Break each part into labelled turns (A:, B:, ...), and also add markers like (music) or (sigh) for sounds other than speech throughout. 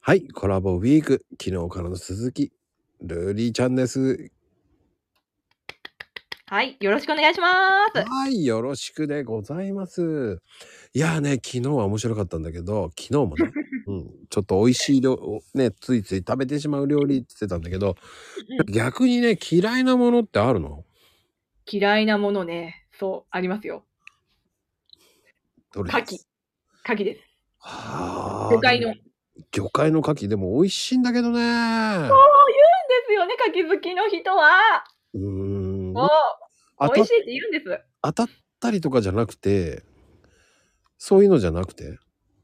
A: はい、コラボウィーク、昨日からの鈴木、ルーリーちゃんです。
B: はい、よろしくお願いします。
A: はい、よろしくでございます。いやーね、昨日は面白かったんだけど、昨日
B: (laughs)
A: もね、うん、ちょっと美味しい料をね、ついつい食べてしまう料理って言ってたんだけど、逆にね、嫌いなものってあるの
B: 嫌いなものね、そう、ありますよ。
A: どれ
B: 牡蠣。牡蠣です。
A: はあ。
B: 魚介の。で。
A: 魚介の牡蠣、でも美味しいんだけどね。
B: すよね、牡蠣好きの人は。
A: うーん。
B: も
A: 当
B: う、
A: た
B: 美味しいって言うんです。
A: 当たったりとかじゃなくて、そういうのじゃなくて。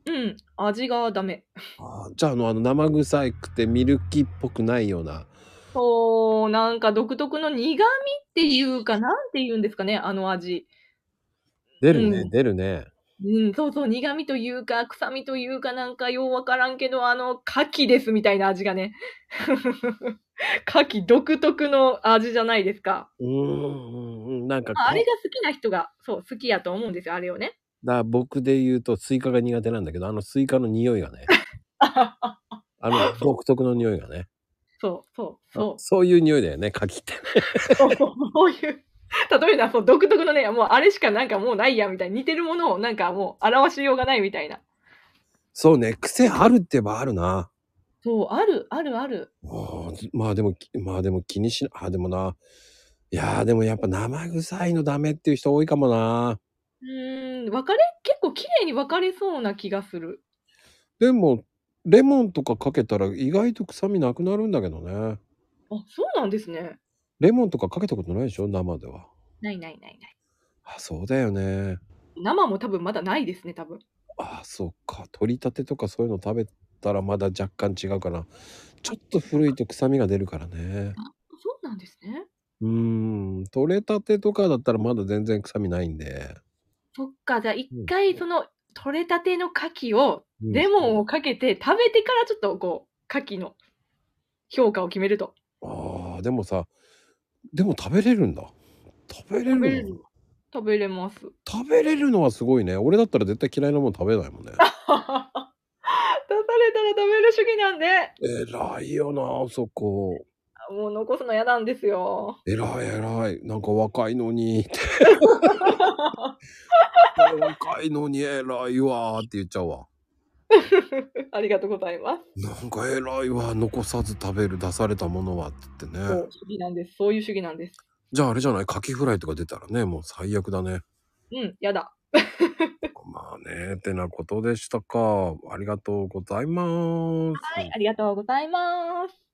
B: うん、味がダメ。
A: あーじゃああのあの生臭くてミルキーっぽくないような
B: そう、なんか独特の苦味っていうか、なんて言うんですかね、あの味。
A: 出るね、
B: うん
A: 出るね
B: うん、そうそう、苦味というか、臭みというか、なんかようわからんけど、あの、牡蠣ですみたいな味がね。 (laughs) 牡蠣独特の味じゃないですか。
A: うーんうんなんか
B: まああ
A: か
B: れが好きな人が、そう、好きやと思うんですよ、あれ
A: (laughs)
B: をね。
A: だ僕で言うとスイカが苦手なんだけどあのスイカの匂いが
B: (laughs)
A: ねあの独特の匂いがね
B: そう、そう、
A: そ
B: そう
A: いう匂いだよね柿って
B: う、そう、そういう。例えば、そう、独特のね、もうあれしかなんかもうないや、みたいな、似てるものをなんかもう表しようがないみたいな。
A: そうね癖あるって言えばあるな
B: そう、ある、ある、ある。
A: あーまあでもまあでも気にしなあーでもないやーでもやっぱ生臭いのダメっていう人多いかもな
B: うーん、分かれ結構綺麗に分かれそうな気がする。
A: でもレモンとかかけたら意外と臭みなくなるんだけどね
B: あ、そうなんですね。
A: レモンとかかけたことないでしょ生では。
B: ないないないない。
A: あ、そうだよね。
B: 生も多分まだないですね、多分。
A: あ、そうか。取り立てとかそういうの食べたらまだ若干違うかな。ちょっと古いと臭みが出るからね。
B: そうなんですね。
A: うーん。取れたてとかだったらまだ全然臭みないんで。
B: そっか、じゃあ一回その、取れたての牡蠣を
A: うん
B: レモンをかけて食べてからちょっとこう牡蠣の評価を決めると
A: ああ、でもさ、でも食べれるんだ。食べれる
B: 食べれ
A: の
B: る食べれます
A: 食べれるのはすごいね。俺だったら絶対嫌いなもん食べない
B: (laughs)
A: もんね。
B: 出されたら食べる主義なんで
A: 偉いよな、あそこ。
B: もう残すの嫌なんですよ (laughs)
A: 偉い偉い。なんか若いのに。若いのに偉いわーって言っちゃうわ。
B: ありがとうございます、
A: なんか偉いわ残さず食べる出されたものはって言って
B: そ
A: ね
B: う主義なんですそういう主義なんです
A: じゃああれじゃないカキフライとか出たらねもう最悪だね
B: うんやだ
A: まあねってなことでしたかありがとうございます、
B: はいありがとうございます